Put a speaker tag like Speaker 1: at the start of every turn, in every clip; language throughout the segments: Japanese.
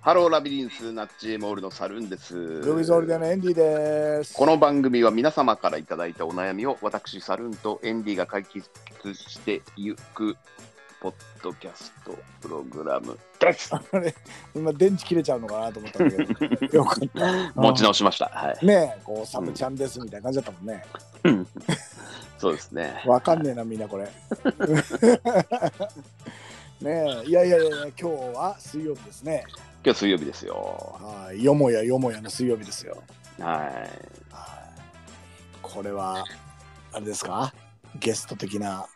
Speaker 1: ハローラビリンスナッチモールのサルンです。
Speaker 2: グビゾールデのエンディです。
Speaker 1: この番組は皆様からいただいたお悩みを私サルンとエンディが解決していくポッドキャストプログラムです。
Speaker 2: あれ 今電池切れちゃうのかなと思ったんだ けど、よかった。
Speaker 1: 持ち直しました。はい。
Speaker 2: ねえ、こうサブちゃんですみたいな感じだったもんね。
Speaker 1: そうですね。
Speaker 2: わかんねえなみんなこれ。 ねえ、いやいやいや今日は水曜日ですね。
Speaker 1: 今日水曜日ですよ。
Speaker 2: はい、よもやよもやの水曜日ですよ。
Speaker 1: は
Speaker 2: はい。これはあれですか？ゲスト的な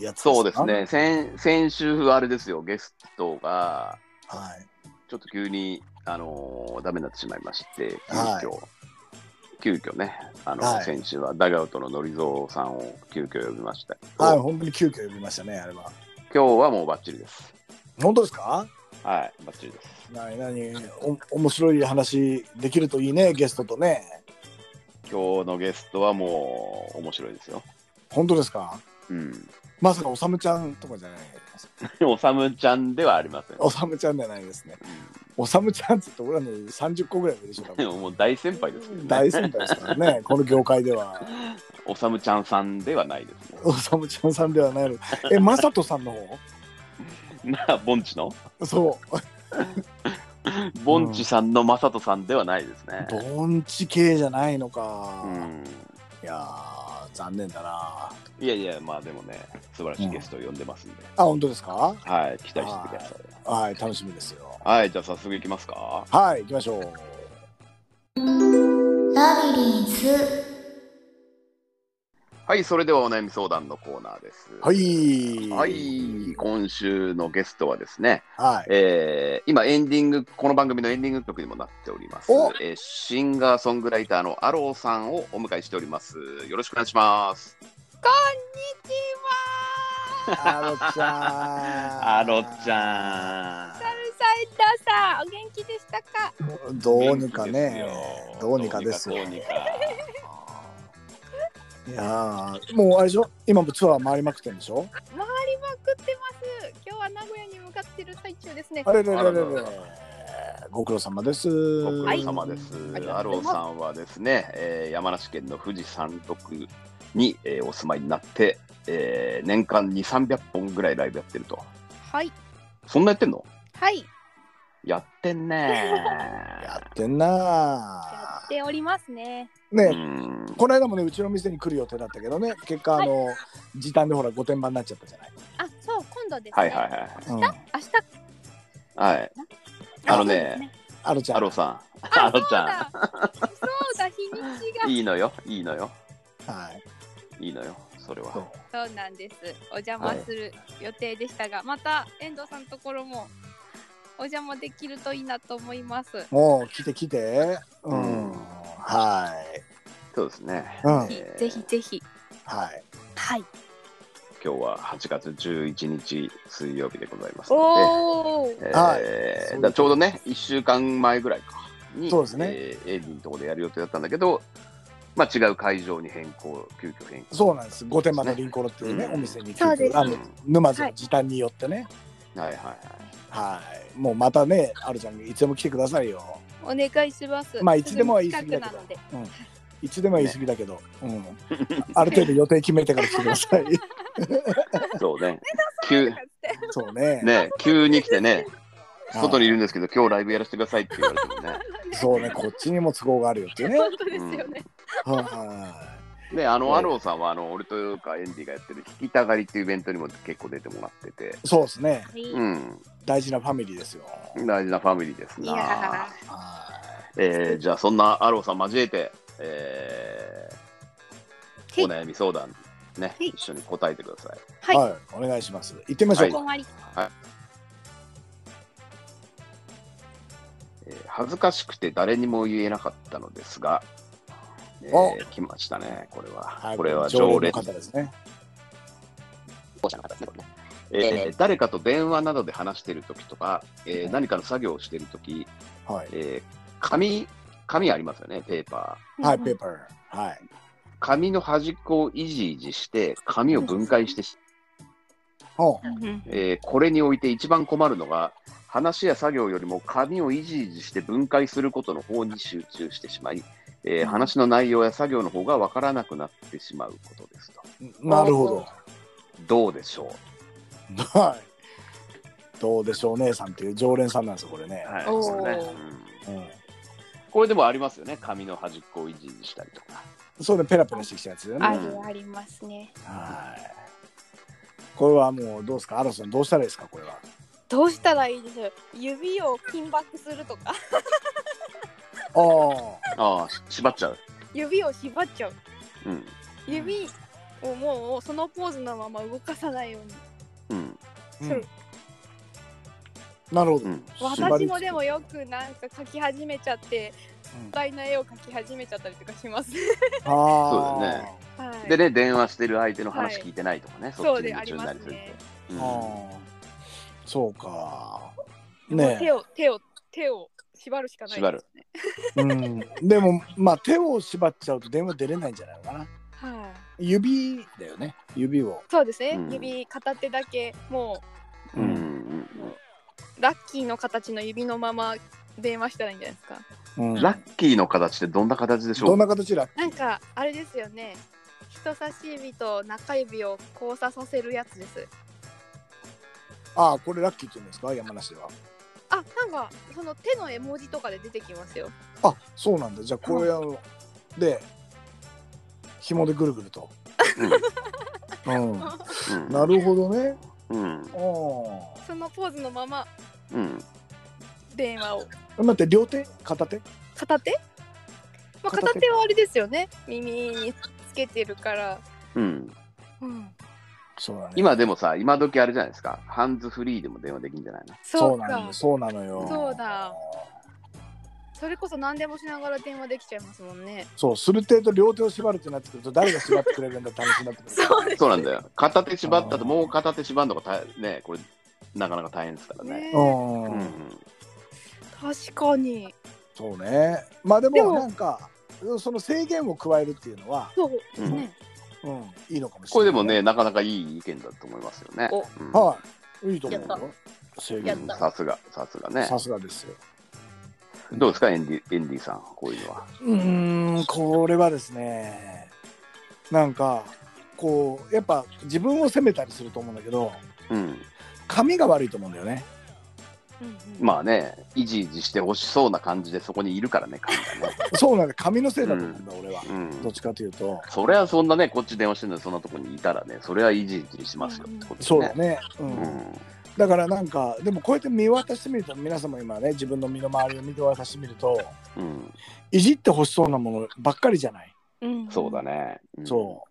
Speaker 2: や
Speaker 1: い。
Speaker 2: つか
Speaker 1: そうです。ね。先先週あれですよ。ゲストが
Speaker 2: はい。
Speaker 1: ちょっと急にあのーダメになってしまいまして、急遽、
Speaker 2: はい
Speaker 1: 急遽ね、あの、
Speaker 2: はい
Speaker 1: 先週はダグアウトののりぞうさんを急遽呼びましたけど、
Speaker 2: はい、本当に急遽呼びましたねあれは。
Speaker 1: 今日はもうバッチリです。
Speaker 2: 本当ですか？
Speaker 1: はい、バッチリです。
Speaker 2: なになにお面白い話できるといいねゲストとね
Speaker 1: 今日のゲストはもう面白いですよ。
Speaker 2: 本当ですか
Speaker 1: うん。
Speaker 2: まさかおさむちゃんとかじゃない
Speaker 1: おさむちゃんではありません。
Speaker 2: おさむちゃんじゃないですねおさむちゃんっつって俺らの30個ぐらい上でしょ
Speaker 1: で
Speaker 2: 多分
Speaker 1: ももう大先輩ですけどね。
Speaker 2: 大先輩ですからねこの業界では
Speaker 1: おさむちゃんさんではないですね。
Speaker 2: おさむちゃんさんではないのえまさとさんの
Speaker 1: なあ、ぼんちの
Speaker 2: 方そう
Speaker 1: ぼんちさんのまさとさんではないですね。
Speaker 2: どんち系じゃないのか、
Speaker 1: うん。
Speaker 2: いやー残念だなあ
Speaker 1: いやいや、まあでもね、素晴らしいゲストを呼んでますんで。
Speaker 2: 本当ですか
Speaker 1: はい、期待しててください。
Speaker 2: はい楽しみですよ
Speaker 1: はい、じゃあ早速いきますか。
Speaker 2: はい行きましょう
Speaker 3: ラビリンス
Speaker 1: はい、それではお悩み相談のコーナーです。
Speaker 2: はい
Speaker 1: はい、今週のゲストはですね、
Speaker 2: はい
Speaker 1: えー今エンディング、この番組のエンディング曲にもなっております
Speaker 2: お、
Speaker 1: えーシンガーソングライターのアローさんをお迎えしております。よろしくお願いします。
Speaker 2: アロちゃん。
Speaker 1: ゃ
Speaker 4: サルサイタさんお元気でしたか
Speaker 2: ん。どうにかね。どうにかですよ
Speaker 1: どうにか。
Speaker 2: いやーもうあれでしょ今もツアー回りまくってるんでしょ
Speaker 4: 回りまくってます今日は名古屋に向かってる最中ですね
Speaker 2: あれれれれ
Speaker 1: あ
Speaker 2: れ
Speaker 1: ららら
Speaker 2: ご苦労様です。
Speaker 1: ご苦労様
Speaker 2: はい
Speaker 1: です。
Speaker 4: はい
Speaker 1: アローさんはですね、えー山梨県の富士山麓に、えーお住まいになって、えー年間2、300本ぐらいライブやってると。
Speaker 4: はい
Speaker 1: そんなやってんの
Speaker 4: はい
Speaker 1: やってんね
Speaker 2: やってんな
Speaker 4: やっておりますね
Speaker 2: ー。ね、
Speaker 1: ー。うん
Speaker 2: この間もねうちの店に来る予定だったけどね結果あの、時短でほら御殿場になっちゃったじゃない。
Speaker 4: あそう今度ですね
Speaker 1: はいはいはい。
Speaker 2: うん、
Speaker 4: 明日
Speaker 1: はい。
Speaker 4: あ
Speaker 1: あのね
Speaker 4: そうです
Speaker 2: あるちゃ
Speaker 1: ア
Speaker 2: ん。
Speaker 1: ローさん。アローちゃ
Speaker 4: あそうだそうだ日に ち
Speaker 1: ん。いいのよ。いいのよ。
Speaker 2: はい。
Speaker 1: いいのよ。それは。
Speaker 2: そう
Speaker 4: がそうなんですお邪魔する予定でしたが、また遠藤さんのところもお邪魔できるといいなと思います
Speaker 2: もう来て来て。う。
Speaker 1: うんん
Speaker 2: はい。
Speaker 1: そうですね。
Speaker 2: うん
Speaker 1: えー
Speaker 4: ぜひぜひ
Speaker 2: はい。
Speaker 4: はい
Speaker 1: 今日は8月11日水曜日でございますの
Speaker 4: おお
Speaker 1: で、え
Speaker 2: は
Speaker 1: ー
Speaker 2: いそういうこと
Speaker 1: だからちょうどね、1週間前ぐらいかに、
Speaker 2: そうですね
Speaker 1: えー、エイディのところでやる予定だったんだけど、まあ、違う会場に変更、急遽変更。
Speaker 2: そうなんです。御殿場のリンコロっていうね、
Speaker 1: うん
Speaker 2: お店に来
Speaker 4: そうで
Speaker 2: る
Speaker 4: す
Speaker 2: あ
Speaker 1: う
Speaker 2: の
Speaker 1: ん
Speaker 2: 沼津の時短によってね。
Speaker 1: はいはいはい。
Speaker 2: はい。もうまたね、あるちゃん、いつでも来てくださいよ。
Speaker 4: お願いします
Speaker 2: まあ、いつでもは言い過
Speaker 4: す
Speaker 2: ぎ
Speaker 4: ぐ近
Speaker 2: だ
Speaker 4: く
Speaker 2: け
Speaker 4: な
Speaker 2: ど
Speaker 4: の
Speaker 2: う
Speaker 4: で。
Speaker 2: ん。いつでもは言い過ぎだけど。うん。ある程度予定決めてから来てくだ さい。
Speaker 1: そう ね。 急
Speaker 2: そうね。
Speaker 1: ね、急に来てね、
Speaker 2: はい
Speaker 1: 外にいるんですけど、今日ライブやらせてくださいって言われても ね。
Speaker 2: そうね、こっちにも都合があるよっていうね。
Speaker 4: 本当ですよね。
Speaker 2: は
Speaker 1: で、あの、
Speaker 2: はい
Speaker 1: アローさんは、あの、俺というか、エンディがやってる、弾きたがりっていうイベントにも結構出てもらってて、
Speaker 2: い。そうですね。
Speaker 1: うん、
Speaker 2: 大事なファミリーですよ。
Speaker 1: 大事なファミリーです
Speaker 4: いや
Speaker 1: な。
Speaker 2: は
Speaker 1: えー、じゃあ、そんなアローさん交えて、えー、お
Speaker 4: はい
Speaker 1: 悩み相談、ね、
Speaker 4: い
Speaker 1: 一緒に答えてください。
Speaker 2: い。
Speaker 4: は
Speaker 2: はい。お願いします。行ってみましょう
Speaker 4: い。
Speaker 2: か。
Speaker 4: 困り。
Speaker 1: えー恥ずかしくて誰にも言えなかったのですが、え
Speaker 2: お
Speaker 1: ー、来ましたね、これは。
Speaker 2: はい。
Speaker 1: これは常連
Speaker 2: の方ですね。
Speaker 1: えー誰かと電話などで話しているときとか、えー何かの作業をしているとき、
Speaker 2: はい。
Speaker 1: えー紙、紙ありますよね、ペーパー。
Speaker 2: はい、ペーパー。はい。
Speaker 1: 紙の端っこをいじいじして、紙を分解してし、
Speaker 2: おう
Speaker 4: うん
Speaker 1: えーこれにおいて一番困るのが、話や作業よりも紙をいじいじして分解することの方に集中してしまい、えー話の内容や作業の方が分からなくなってしまうことですと。
Speaker 2: なるほど。
Speaker 1: どうでしょ
Speaker 2: はい。どうでしょう、お姉さんっていう常連さんなんですよ、これね
Speaker 1: う。。はい、
Speaker 4: おー
Speaker 1: そうねうん
Speaker 2: うん。
Speaker 1: これでもありますよね。紙の端っこをいじいじしたりとか。
Speaker 2: それでペラペラしてきたやつだよね。
Speaker 1: う
Speaker 4: ある
Speaker 1: ん
Speaker 4: ありますね。
Speaker 2: はい。これはもうどうですか、アロさん、どうしたらいいですか、これは。
Speaker 4: どうしたらいいでしょう。指を金箔するとか、
Speaker 2: あ
Speaker 1: ああ、し縛っちゃう。
Speaker 4: 指を縛っちゃう。
Speaker 1: うん。
Speaker 4: 指をもうそのポーズのまま動かさないように
Speaker 1: うん。
Speaker 2: あ、
Speaker 4: そう
Speaker 2: なるほ
Speaker 1: う
Speaker 2: ど。
Speaker 1: ん。
Speaker 2: 縛
Speaker 4: 私
Speaker 2: り付
Speaker 4: も
Speaker 2: け
Speaker 4: でもよくなんか描き始めちゃって
Speaker 2: うん
Speaker 4: 壮大な絵を描き始めちゃったりとか します。
Speaker 2: ああ、
Speaker 1: そうだよね。
Speaker 4: はい、
Speaker 1: でね、電話してる相手の話聞いてないとかね、そ
Speaker 4: そ
Speaker 1: っ
Speaker 4: う
Speaker 1: ちに
Speaker 4: であ
Speaker 1: 夢
Speaker 4: り
Speaker 1: 中に
Speaker 4: ま
Speaker 1: な
Speaker 4: す
Speaker 1: りする
Speaker 4: ね。
Speaker 1: と。うん
Speaker 2: ああ、そうか。
Speaker 4: もう
Speaker 2: ねえ
Speaker 4: 手を手を手を縛るしかないですね。
Speaker 2: うん、でもまあ手を縛っちゃうと電話出れないんじゃないのかな
Speaker 4: はい。
Speaker 2: 指だよね指を
Speaker 4: そうですね。
Speaker 1: うん
Speaker 4: 指片手だけも
Speaker 1: うんうん
Speaker 4: うラッキーの形の指のまま電話したらいいんじゃないですか。
Speaker 2: うん、
Speaker 1: うんラッキーの形ってどんな形でしょ
Speaker 2: どん
Speaker 1: う
Speaker 2: な形ラッ
Speaker 4: なんかあれですよね。人差し指と中指を交差させるやつです。
Speaker 2: ああこれラッキーって言うんですか山梨では
Speaker 4: あ、なんかその手の絵文字とかで出てきますよ。
Speaker 2: あそうなんだじゃあこれを、で紐でぐるぐると、うん、
Speaker 1: うん
Speaker 2: なるほどね
Speaker 1: うん
Speaker 2: あ
Speaker 4: そのポーズのまま
Speaker 1: うん
Speaker 4: 電話を。
Speaker 2: あ待って両手片手
Speaker 4: 片手？まあ
Speaker 2: 片手
Speaker 4: 片手はあれですよね。耳につけてるから。
Speaker 1: うん
Speaker 4: うん。
Speaker 2: そうだね
Speaker 1: 今でもさ、今時あれじゃないですか、ハンズフリーでも電話できるんじゃない の
Speaker 2: そ
Speaker 4: そうう
Speaker 2: なの
Speaker 4: か
Speaker 2: よ。そうなのよ
Speaker 4: そうだそれこそ何でもしながら電話できちゃいますもんね。
Speaker 2: そうする程度両手を縛るってなってくると誰が縛ってくれるんだって話になってくるから
Speaker 4: うで
Speaker 1: そうなんだよ、片手縛ったと、もう片手縛るのが大変、ね、これ、なかなか大変ですからね。
Speaker 4: ね
Speaker 2: うん
Speaker 1: うん
Speaker 4: 確かに。
Speaker 2: そうね。まあで
Speaker 4: で
Speaker 2: も
Speaker 4: も
Speaker 2: なんかその制限を加えるっていうのは、
Speaker 4: そう
Speaker 1: うんうん
Speaker 4: ね。
Speaker 2: うん、いいのかもし
Speaker 1: これ
Speaker 2: れな
Speaker 1: で
Speaker 2: い。
Speaker 1: もね、なかなかいい意見だと思いますよね。
Speaker 4: お
Speaker 1: うん
Speaker 2: はい、いいと思う
Speaker 4: やっ
Speaker 2: よ。制
Speaker 4: や
Speaker 1: う
Speaker 4: っ
Speaker 2: 限
Speaker 1: ん
Speaker 4: た
Speaker 1: さすが、さすがね。
Speaker 2: さすがですよ。
Speaker 1: どうですか、エンディエンディさん、こういうのは。
Speaker 2: うーん、これはですね、なんかこうやっぱ自分を責めたりすると思うんだけど、
Speaker 1: うん
Speaker 2: 髪が悪いと思うんだよね。
Speaker 1: まあね、いじいじしてほしそうな感じでそこにいるからね、感じがね。
Speaker 2: そうなんだ。髪のせいだと思うんだ、俺は。
Speaker 1: う
Speaker 2: どっ
Speaker 1: ん。
Speaker 2: ちかというと、
Speaker 1: そりゃそんなね、こっち電話してるのにそんなとこにいたらね、それはいじいじしますよってことです
Speaker 2: そう
Speaker 1: ね。
Speaker 2: だね。う。
Speaker 1: うんん。
Speaker 2: だからなんかでもこうやって見渡してみると皆様今ね自分の身の回りを見渡してみると
Speaker 1: うん。
Speaker 2: いじってほしそうなものばっかりじゃない、
Speaker 4: うん
Speaker 1: そうだ。ね。うん
Speaker 2: そう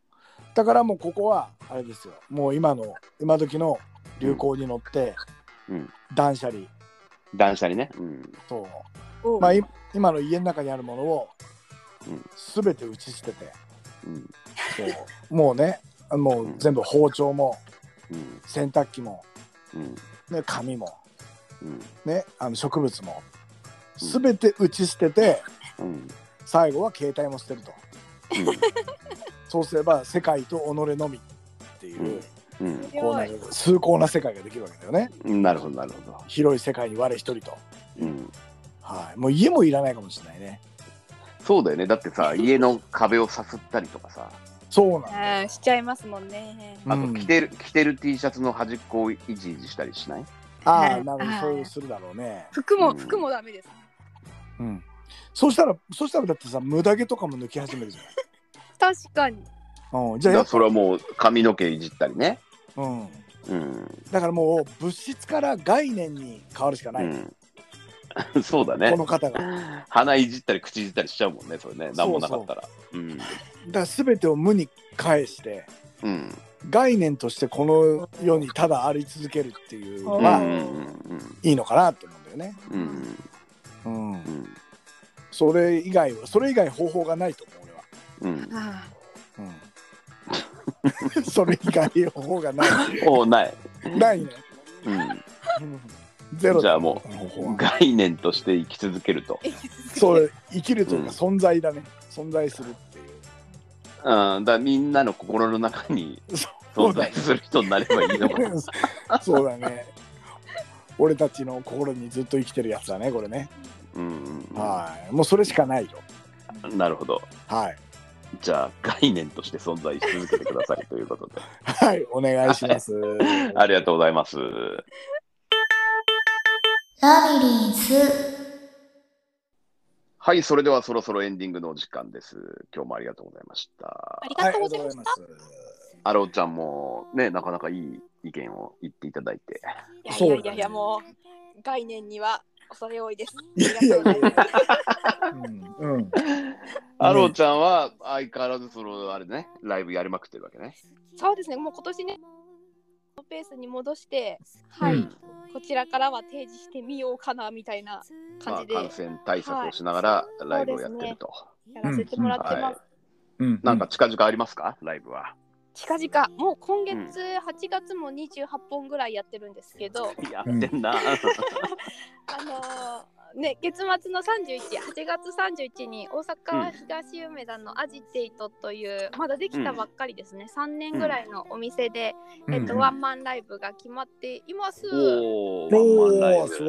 Speaker 2: だからもうここはあれですよもう今の今時の流行に乗って、
Speaker 1: うんうん
Speaker 2: 断捨離
Speaker 1: 断捨離ね。うん。
Speaker 2: と、
Speaker 4: おう
Speaker 2: まあ、い今の家の中にあるものを
Speaker 1: うん
Speaker 2: 全て打ち捨てて、
Speaker 1: うん。
Speaker 2: そうもうねもう全部包丁も
Speaker 1: うん。
Speaker 2: 洗濯機も、
Speaker 1: うん。
Speaker 2: ね、紙も、
Speaker 1: うん。
Speaker 2: ね、あの植物も
Speaker 1: うん
Speaker 2: 全て打ち捨てて
Speaker 1: うん。
Speaker 2: 最後は携帯も捨てると。そうすれば世界と己のみっていう、
Speaker 1: うん。
Speaker 2: こうな
Speaker 4: 強い
Speaker 2: る崇高な世界ができるわけだよね
Speaker 1: うん。なるほど、なるほど。
Speaker 2: 広い世界に我一人と、
Speaker 1: うん。
Speaker 2: はい、もう家もいらないかもしれないね
Speaker 1: そうだよね。だってさ、家の壁をさすったりとかさ、
Speaker 2: そうなんだ
Speaker 4: あーしちゃいますもんね。
Speaker 1: あと
Speaker 2: うん
Speaker 1: 着てる、着てる T シャツの端っこをいじいじしたりしない
Speaker 2: ああなる
Speaker 4: は
Speaker 2: ほ
Speaker 4: い
Speaker 2: どそうするだろうね、
Speaker 4: 服も
Speaker 1: うん
Speaker 4: 服もダメです。
Speaker 2: うん、そうしたらそうしたらだってさ無駄毛とかも抜き始めるじ
Speaker 4: 確かに。
Speaker 2: ゃん、うん、じ
Speaker 1: だ
Speaker 2: ゃ
Speaker 1: から
Speaker 2: あやっ
Speaker 1: それはもう髪の毛いじったりね。
Speaker 2: ぱ、うん、
Speaker 1: うん。
Speaker 2: だからもう物質から概念に変わるしかない、
Speaker 1: うん。 そうだね
Speaker 2: こ。の方がだか
Speaker 1: 鼻いじったり口いじったりしちゃうもんね、それね、何もなかったら。うん
Speaker 2: ら全てを無に返して
Speaker 1: うん
Speaker 2: 概念としてこの世にただあり続けるっていうの
Speaker 1: う
Speaker 2: は、
Speaker 1: んうん
Speaker 2: いいのかなと思うんだよね、
Speaker 1: うんうん
Speaker 2: うん
Speaker 1: うん
Speaker 2: それ以外はそれ以外方法がないと
Speaker 1: う
Speaker 2: 思う
Speaker 1: ん
Speaker 4: あ
Speaker 2: 俺は、 うん、それ以外方法がない
Speaker 1: おない。
Speaker 2: ないね、
Speaker 1: うん
Speaker 2: うんゼロ
Speaker 1: じ
Speaker 2: だ
Speaker 1: ゃあも
Speaker 2: 方法
Speaker 1: う
Speaker 2: は
Speaker 1: 概念として生き続けると。
Speaker 4: ー。
Speaker 2: そうう生きるというか存在だね、存在するっていう
Speaker 1: うん、だからみんなの心の中に
Speaker 2: そ
Speaker 1: 存
Speaker 2: うだ
Speaker 1: 在する人になればいいのか。
Speaker 2: そうだね俺たちの心にずっと生きてるやつだねこれね、
Speaker 1: うんうんうん
Speaker 2: はいもうそれしかないよ
Speaker 1: なるほど。
Speaker 2: はい
Speaker 1: じゃあ、概念として存在し続けてくださいということで。
Speaker 2: はいお願いします
Speaker 1: ありがとうございます。
Speaker 3: ラビリンス
Speaker 1: はい、それではそろそろエンディングのお時間です。今日もありがとうございました
Speaker 4: あ。り
Speaker 2: は
Speaker 4: がとうございました。
Speaker 2: ありがとうございます
Speaker 1: アローちゃんもね、なかなかいい意見を言っていただいて。
Speaker 4: い
Speaker 2: ま
Speaker 4: や
Speaker 2: す
Speaker 4: いやい
Speaker 2: そうだ
Speaker 4: やい
Speaker 2: ね
Speaker 4: やもう概念には恐れ多いです。
Speaker 2: いやいやいや
Speaker 4: ありがとうございます
Speaker 2: うん、うん、
Speaker 1: アローちゃんは相変わらずそのあれね、ライブやりまくってるわけね。
Speaker 4: そうですね。もう今年ねこのペースに戻して、はい、
Speaker 2: うん
Speaker 4: こちらからは提示してみようかなみたいな
Speaker 1: ま
Speaker 4: 感
Speaker 1: あ、
Speaker 4: じで
Speaker 1: 感染対策をしながらライブをやってると。
Speaker 4: やらせてもらってます。
Speaker 1: はい。
Speaker 2: うん、
Speaker 1: なんか近々ありますか、ライブは。
Speaker 4: 近々もう今月8月も28本ぐらいやってるんですけど、
Speaker 1: やってんな。
Speaker 4: あのーね月末の318月31に大阪は東梅田のアジテイトという、まだできたばっかりですね、3年ぐらいのお店で、
Speaker 2: うん
Speaker 4: えっとワンマンライブが決まっています。
Speaker 1: おー、ワンマンラ
Speaker 2: お
Speaker 1: イ
Speaker 2: お
Speaker 1: ブ。
Speaker 2: す
Speaker 4: そ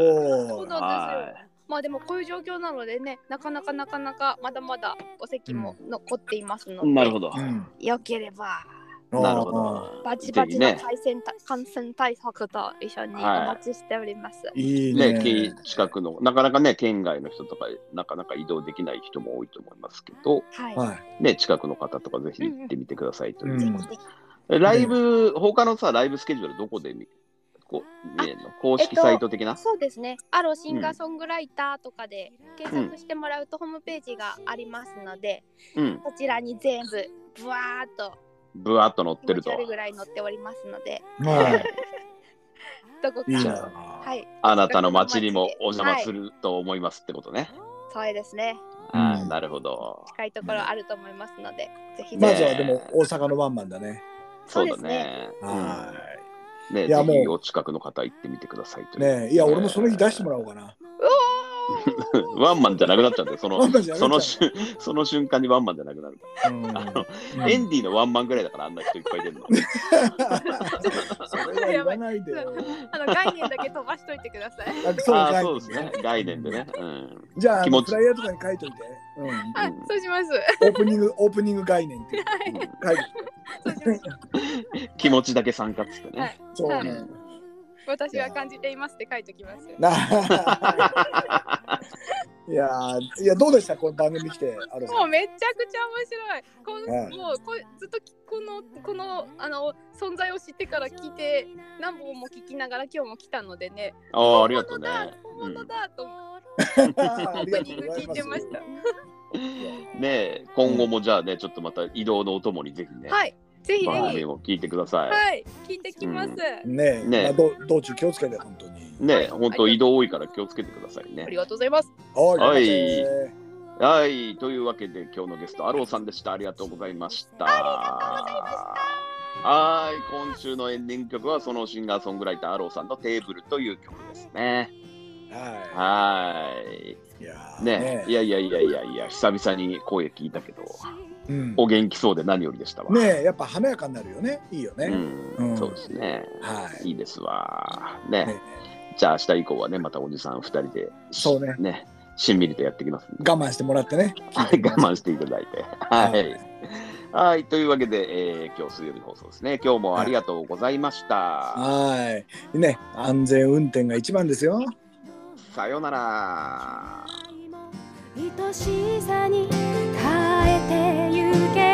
Speaker 2: ご
Speaker 4: う
Speaker 2: い
Speaker 4: なんですよ
Speaker 1: い。
Speaker 4: まあでもこういう状況なのでねなかなかなかなかまだまだお席も残っていますので、
Speaker 1: なるほど。
Speaker 2: うん
Speaker 4: よければ
Speaker 1: なるほど。
Speaker 4: バチバチ
Speaker 1: ぜ
Speaker 4: の
Speaker 1: ひね
Speaker 4: 対戦た感染対策と一緒にお待ちしております。
Speaker 2: いいね
Speaker 1: ね、近近くの、なかなかね、県外の人とか、なかなか移動できない人も多いと思いますけど、
Speaker 4: はい。
Speaker 2: はい
Speaker 1: ね、近くの方とかぜひ行ってみてくださいという。
Speaker 2: うん
Speaker 4: ぜひぜひ
Speaker 1: えライブ、他のさ、ライブスケジュールどこで見こ見えるの公式サイト的な、
Speaker 4: そうですね。アロシンガーソングライターとかで検索してもらうとホームページがありますので、
Speaker 1: うん。
Speaker 4: こちらに全部ブワーっと
Speaker 1: ぶわっと載っ
Speaker 4: 気
Speaker 1: て
Speaker 4: 持
Speaker 1: る
Speaker 4: ち
Speaker 1: と。
Speaker 4: 悪いぐらい載っておりますので、
Speaker 2: はい
Speaker 4: どこか
Speaker 2: いいな
Speaker 4: はい。
Speaker 1: あなたの街にもお邪魔すると思いますってことね。
Speaker 4: はい。そうですね。
Speaker 2: うん
Speaker 1: ああーなるほど。
Speaker 4: 近いところあると思いますので、ぜひぜひ。
Speaker 2: まずはでも大阪のワンマンだね
Speaker 1: そうだ
Speaker 4: そうですね
Speaker 1: ね。
Speaker 2: は
Speaker 1: うんね、
Speaker 2: いや
Speaker 1: ぜひ
Speaker 2: もう
Speaker 1: お近くの方行ってみてくださいと
Speaker 2: い
Speaker 1: いう。
Speaker 2: ねえいや俺もその日出してもらおうかな
Speaker 1: ワンマンじゃなくなっちゃうんだよそ
Speaker 2: ワ
Speaker 1: の
Speaker 2: ンマンじゃな
Speaker 1: そ
Speaker 2: くな
Speaker 1: の
Speaker 2: っち
Speaker 1: 瞬 その瞬間にワンマンじゃなくなるか
Speaker 2: うん
Speaker 1: ら、エンディのワンマンぐらいだからあんな人いっぱい出 るの。
Speaker 2: それは言わないでよ
Speaker 4: あの概念だけ飛ばしといてください。
Speaker 2: あそう
Speaker 1: ああ
Speaker 2: 概
Speaker 1: そう
Speaker 2: 念
Speaker 1: ですね、概念でね。うん
Speaker 2: じゃああ
Speaker 1: 気
Speaker 2: の
Speaker 1: 持ち
Speaker 2: フライヤーとかに書いといて、う
Speaker 4: はい、そうします。
Speaker 2: ん、オープニングオープニング概念って書いて
Speaker 4: そうします。
Speaker 1: 気持ちだけ参加っつってね。
Speaker 2: そう
Speaker 4: は
Speaker 2: ね、
Speaker 4: い私は感じていますって書いておきます。
Speaker 2: ないやーいやどうでしたこの番組来てある
Speaker 4: もうめちゃくちゃ面白い。この
Speaker 2: はい
Speaker 4: もうこずっときこのこのあの存在を知ってから聞いて何本も聞きながら今日も来たのでね。
Speaker 1: ああ、ありがとうね。う
Speaker 4: 本当
Speaker 1: ん
Speaker 4: だと思っ て
Speaker 2: あり
Speaker 4: オー
Speaker 2: が
Speaker 4: プ
Speaker 2: と
Speaker 4: ニ
Speaker 2: う
Speaker 4: ング
Speaker 2: ござ
Speaker 4: 聞
Speaker 2: い
Speaker 4: い
Speaker 2: ま
Speaker 4: て
Speaker 2: す
Speaker 4: ました。
Speaker 1: ねえ今後もじゃあね、ちょっとまた移動のおともにぜひね、
Speaker 4: はい、ぜひぜ
Speaker 1: 番
Speaker 4: ひ
Speaker 1: 組。を聞いてください。
Speaker 4: はい、聞いてきます。
Speaker 1: うん
Speaker 2: ねえ
Speaker 1: ねえ
Speaker 2: まあ、ど道中気をつけて本当に
Speaker 1: ねえ本当移動多いから気をつけてください
Speaker 4: あ
Speaker 1: ね
Speaker 4: り。がとうございます。
Speaker 2: おい
Speaker 1: はい
Speaker 2: え
Speaker 1: はい、というわけで今日のゲスト、アローさんでした。ありがとうございました。ありがとうございました。はい、今週のエンディング曲はそのシンガーソングライター、アローさんのテーブルという曲ですね。
Speaker 2: ー
Speaker 1: は
Speaker 2: は
Speaker 1: い。
Speaker 2: いいやー
Speaker 1: ね
Speaker 2: ね
Speaker 1: いやいやいやいやいや、久々に声聞いたけど、
Speaker 2: えうん
Speaker 1: お元気そうで何よりでしたわ。
Speaker 2: ねえやっぱ華やかになるよねいいよね、
Speaker 1: う、
Speaker 2: うんん
Speaker 1: そうですね。
Speaker 2: はい
Speaker 1: いいですわ。ね
Speaker 2: ね、
Speaker 1: じゃあ明日以降はね、またおじさん2人で、
Speaker 2: そうね
Speaker 1: ね、しんみりとやってきますんで
Speaker 2: 我慢してもらってね
Speaker 1: はい我慢していただいて。は。
Speaker 2: はい
Speaker 1: はい、というわけで、えー今日水曜日の放送ですね。今日もありがとうございました。
Speaker 2: はいね安全運転が一番ですよ
Speaker 1: さようなら。
Speaker 5: 愛しさに変えてゆけ